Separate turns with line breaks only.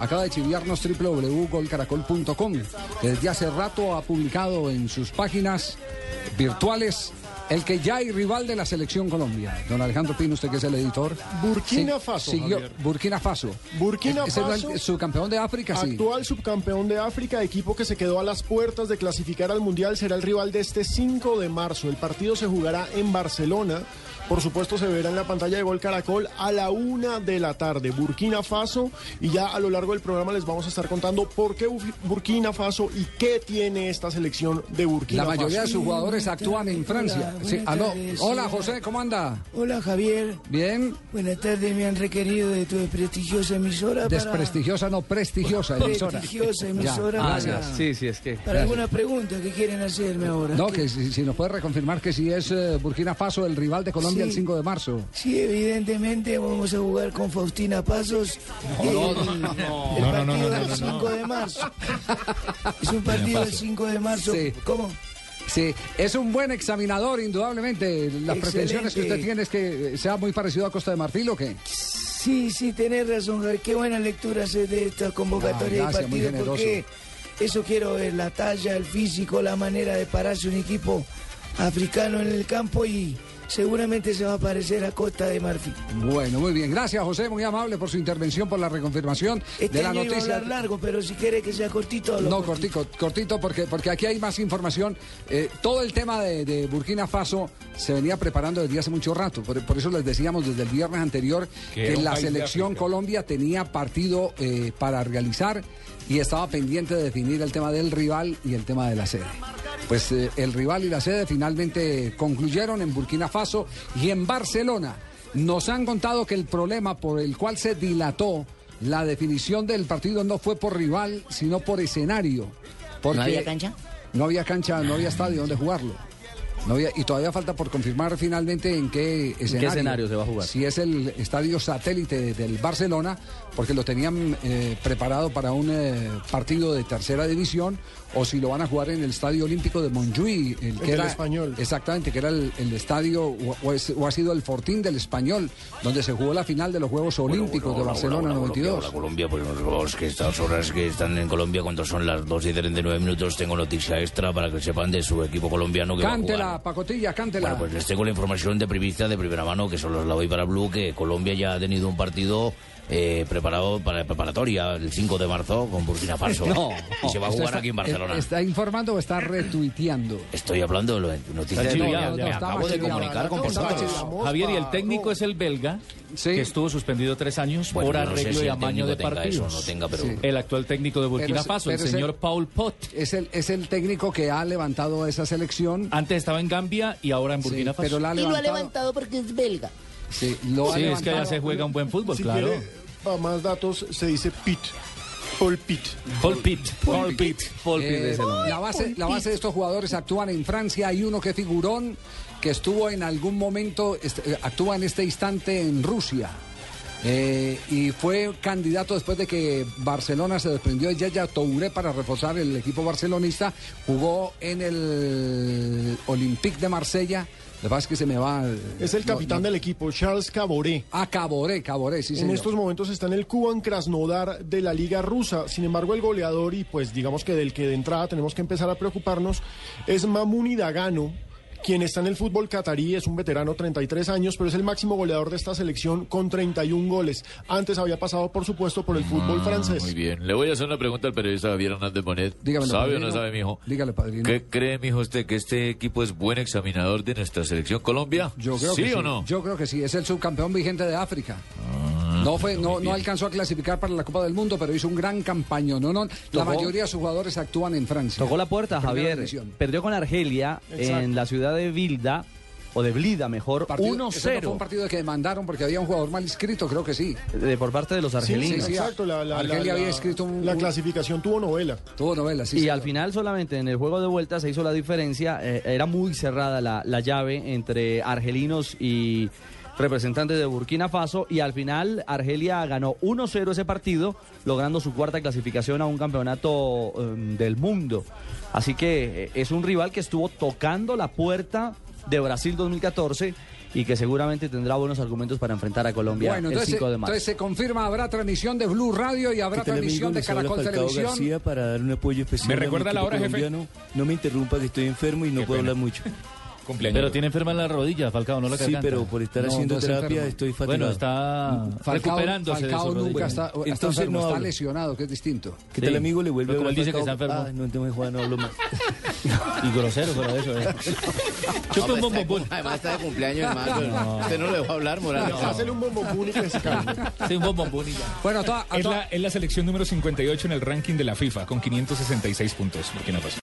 acaba de chiviarnos www.golcaracol.com, que desde hace rato ha publicado en sus páginas virtuales el que ya hay rival de la selección Colombia. Don Alejandro Pino, usted que es el editor.
Burkina Faso.
Siguió,
Javier.
Burkina Faso.
Burkina
Ese era el
Faso.
subcampeón de África, sí.
Actual subcampeón de África, equipo que se quedó a las puertas de clasificar al Mundial, será el rival de este 5 de marzo. El partido se jugará en Barcelona. Por supuesto, se verá en la pantalla de Gol Caracol a la una de la tarde. Burkina Faso. Y ya a lo largo del programa les vamos a estar contando por qué Buf- Burkina Faso y qué tiene esta selección de Burkina
La mayoría de
Faso.
sus jugadores actúan en Francia.
Buenas
Sí, aló.
tardes,
Hola,
señora.
José, ¿cómo anda?
Hola Javier,
Bien.
buenas tardes, me han requerido de tu prestigiosa emisora
Desprestigiosa, ah, no prestigiosa
para...
emisora.
Prestigiosa emisora
Ah, Ya,
para-
gracias.
Sí, sí, es que.
para alguna pregunta que quieren hacerme ahora.
No, que si, si nos puede reconfirmar que si es eh, Burkina Faso el rival de Colombia
Sí.
el 5 de marzo.
Sí, evidentemente vamos a jugar con Faustina Pasos el, el
no, no, no,
partido
no,
del
no, no.
5 de marzo. Es un partido del 5 de marzo.
Sí.
¿Cómo?
Sí, es un buen examinador, indudablemente. Las pretensiones que usted
Excelente.
tiene es que eh, sea muy parecido a Costa de Marfil o qué.
Sí, sí, tenés razón, Javier. Qué buena lectura haces de estas
Ah,
convocatorias
gracias, muy
de partidos, porque
generoso.
eso quiero ver, la talla, el físico, la manera de pararse un equipo africano en el campo y seguramente se va a parecer a Costa de Marfil.
Bueno, muy bien. Gracias, José, muy amable por su intervención, por la reconfirmación
Este
de la
año iba a
noticia.
hablar largo, pero si quiere que sea cortito, hablo
No, cortito, cortito, porque, porque aquí hay más información. Eh, todo el tema de, de Burkina Faso se venía preparando desde hace mucho rato. Por, por eso les decíamos desde el viernes anterior
Que
que
era un
la
país de
selección
África.
Colombia tenía partido eh, para realizar y estaba pendiente de definir el tema del rival y el tema de la sede. Pues eh, el rival y la sede finalmente concluyeron en Burkina Faso y en Barcelona. Nos han contado que el problema por el cual se dilató la definición del partido no fue por rival, sino por escenario. Porque
¿No había cancha?
No había cancha, no había estadio donde jugarlo. No había- y todavía falta por confirmar finalmente en qué escenario,
escenario se va a jugar?
Si es el estadio satélite del Barcelona, porque lo tenían eh, preparado para un eh, partido de tercera división, o si lo van a jugar en el estadio olímpico de Montjuïc, el que
del
era
Español.
Exactamente, que era el, el estadio o, o es- o ha sido el Fortín del Español, donde se jugó la final de los Juegos Olímpicos de Barcelona 92.
Hola, Colombia, pues los que estas horas que están en Colombia, cuando son las 2 y 39 minutos, tengo noticia extra para que sepan de su equipo colombiano que va a
cántela,
jugar.
pacotilla, cántela.
Bueno, pues les tengo la información de primicia de primera mano, que solo os la doy para Blue, que Colombia ya ha tenido un partido eh, preparado para preparatoria el 5 de marzo con Burkina Faso. y se va a
¿Usted
jugar
está-
aquí en Barcelona.
¿Está informando o está retuiteando?
Estoy hablando de lo- noticias
Está
de
chiviado,
primera.
ya,
Me
ya.
acabo de
Está
comunicar
chiviado,
con
no, está
vosotros.
chiviado.
Javier, y el técnico es el belga,
Sí.
que estuvo suspendido tres años
Bueno,
por
yo no sé
arreglo
si
y
el
amaño
técnico
de
tenga eso o
partidos.
no tenga, pero...
Sí.
El actual técnico de Burkina
Pero se-
Faso, el
pero se-
señor Paul Pot.
Es el, es el técnico que ha levantado a esa selección.
Ah,
Antes estaba en Gambia y ahora en
sí,
Burkina Faso.
pero la ha
Y lo ha
levantado.
levantado porque es belga.
Sí, lo ha
Sí, es que
levantado.
allá se juega un buen fútbol,
Si
claro.
quiere, para más datos, se dice Pit. Paul Pit.
Paul Pitt. Paul Pitt. Paul Pitt
Eh,
es el hombre.
la, base, la base de estos jugadores actúan en Francia. Hay uno que es figurón, que estuvo en algún momento, este, eh, actúa en este instante en Rusia. Eh, y fue candidato después de que Barcelona se desprendió de Yaya Touré para reforzar el equipo barcelonista. Jugó en el Olympique de Marsella. Lo que pasa es que se me va. eh,
Es el
no,
capitán
no.
del equipo, Charles Caboret.
Ah, Caboré, Caboré, sí,
en
señor.
estos momentos está en el Kuban Krasnodar de la Liga Rusa. Sin embargo, el goleador, y pues digamos que del que de entrada tenemos que empezar a preocuparnos, es Mamuni Dagano. Quien está en el fútbol catarí es un veterano, 33 años, pero es el máximo goleador de esta selección con 31 goles. Antes había pasado, por supuesto, por el fútbol francés.
Muy bien. Le voy a hacer una pregunta al periodista Javier Hernández Bonet.
Dígamelo,
¿Sabe
padrino.
o no sabe, mijo?
Dígale, padrino.
¿Qué cree, mijo, usted que este equipo es buen examinador de nuestra selección Colombia?
Yo creo
¿Sí
que
o
sí.
no?
Yo creo que sí. Es el subcampeón vigente de África. No, fue, no, no alcanzó a clasificar para la Copa del Mundo, pero hizo un gran campaña. No, no, la mayoría de sus jugadores actúan en Francia.
Tocó la puerta,
Primera
Javier.
división.
Perdió con Argelia en la ciudad de Vilda, o de Blida mejor,
Partido- ese no fue un
1-0
partido que demandaron porque había un jugador mal inscrito, creo que sí.
de- por parte de los
sí,
argelinos.
sí.
Exacto, la, la-
Argelia
la- la-
había escrito un-
la
un-
clasificación tuvo novela.
Tuvo novela, sí.
Y
señor.
al final solamente en el juego de vuelta se hizo la diferencia. eh, era muy cerrada la, la llave entre argelinos y representantes de Burkina Faso y al final Argelia ganó 1-0 ese partido, logrando su cuarta clasificación a un campeonato em, del mundo. Así que eh, es un rival que estuvo tocando la puerta de Brasil 2014 y que seguramente tendrá buenos argumentos para enfrentar a Colombia
Bueno,
el
entonces,
5 de marzo.
entonces se confirma, habrá transmisión de Blue Radio y habrá
¿Qué tal,
transmisión de
amigo? Les habla
Caracol
Falcao
Televisión.
García para dar un apoyo especial.
¿Me
a mi
recuerda la
equipo
hora, jefe?
colombiano. No me interrumpa que estoy enfermo y no
Qué
puedo
pena.
hablar mucho.
Cumpleaños.
Pero tiene enferma la rodilla, Falcao, no la
sí,
garganta.
pero por estar
No,
haciendo
no es
terapia
enfermo.
estoy fatigado.
Bueno, está
Falcao,
recuperándose
Falcao
de su rodilla.
nunca está, está
Entonces
enfermo,
no
está
hablo.
lesionado, que es distinto.
¿Qué
Sí.
tal, amigo? Le vuelve
Pero como
a
él dice que está
Falcao.
enfermo.
Ah, no, entonces Juan no hablo más.
Y grosero, pero eso es. Chupa un bombombón.
Además está de cumpleaños, hermano. Usted no le va a hablar, Morales.
Hacele un bombón y que se calme.
Sí, un bombombón y ya.
Bueno, a toda- a
Es
toda-
la, es la selección número 58 en el ranking de la FIFA, con 566 puntos. Burkina Faso.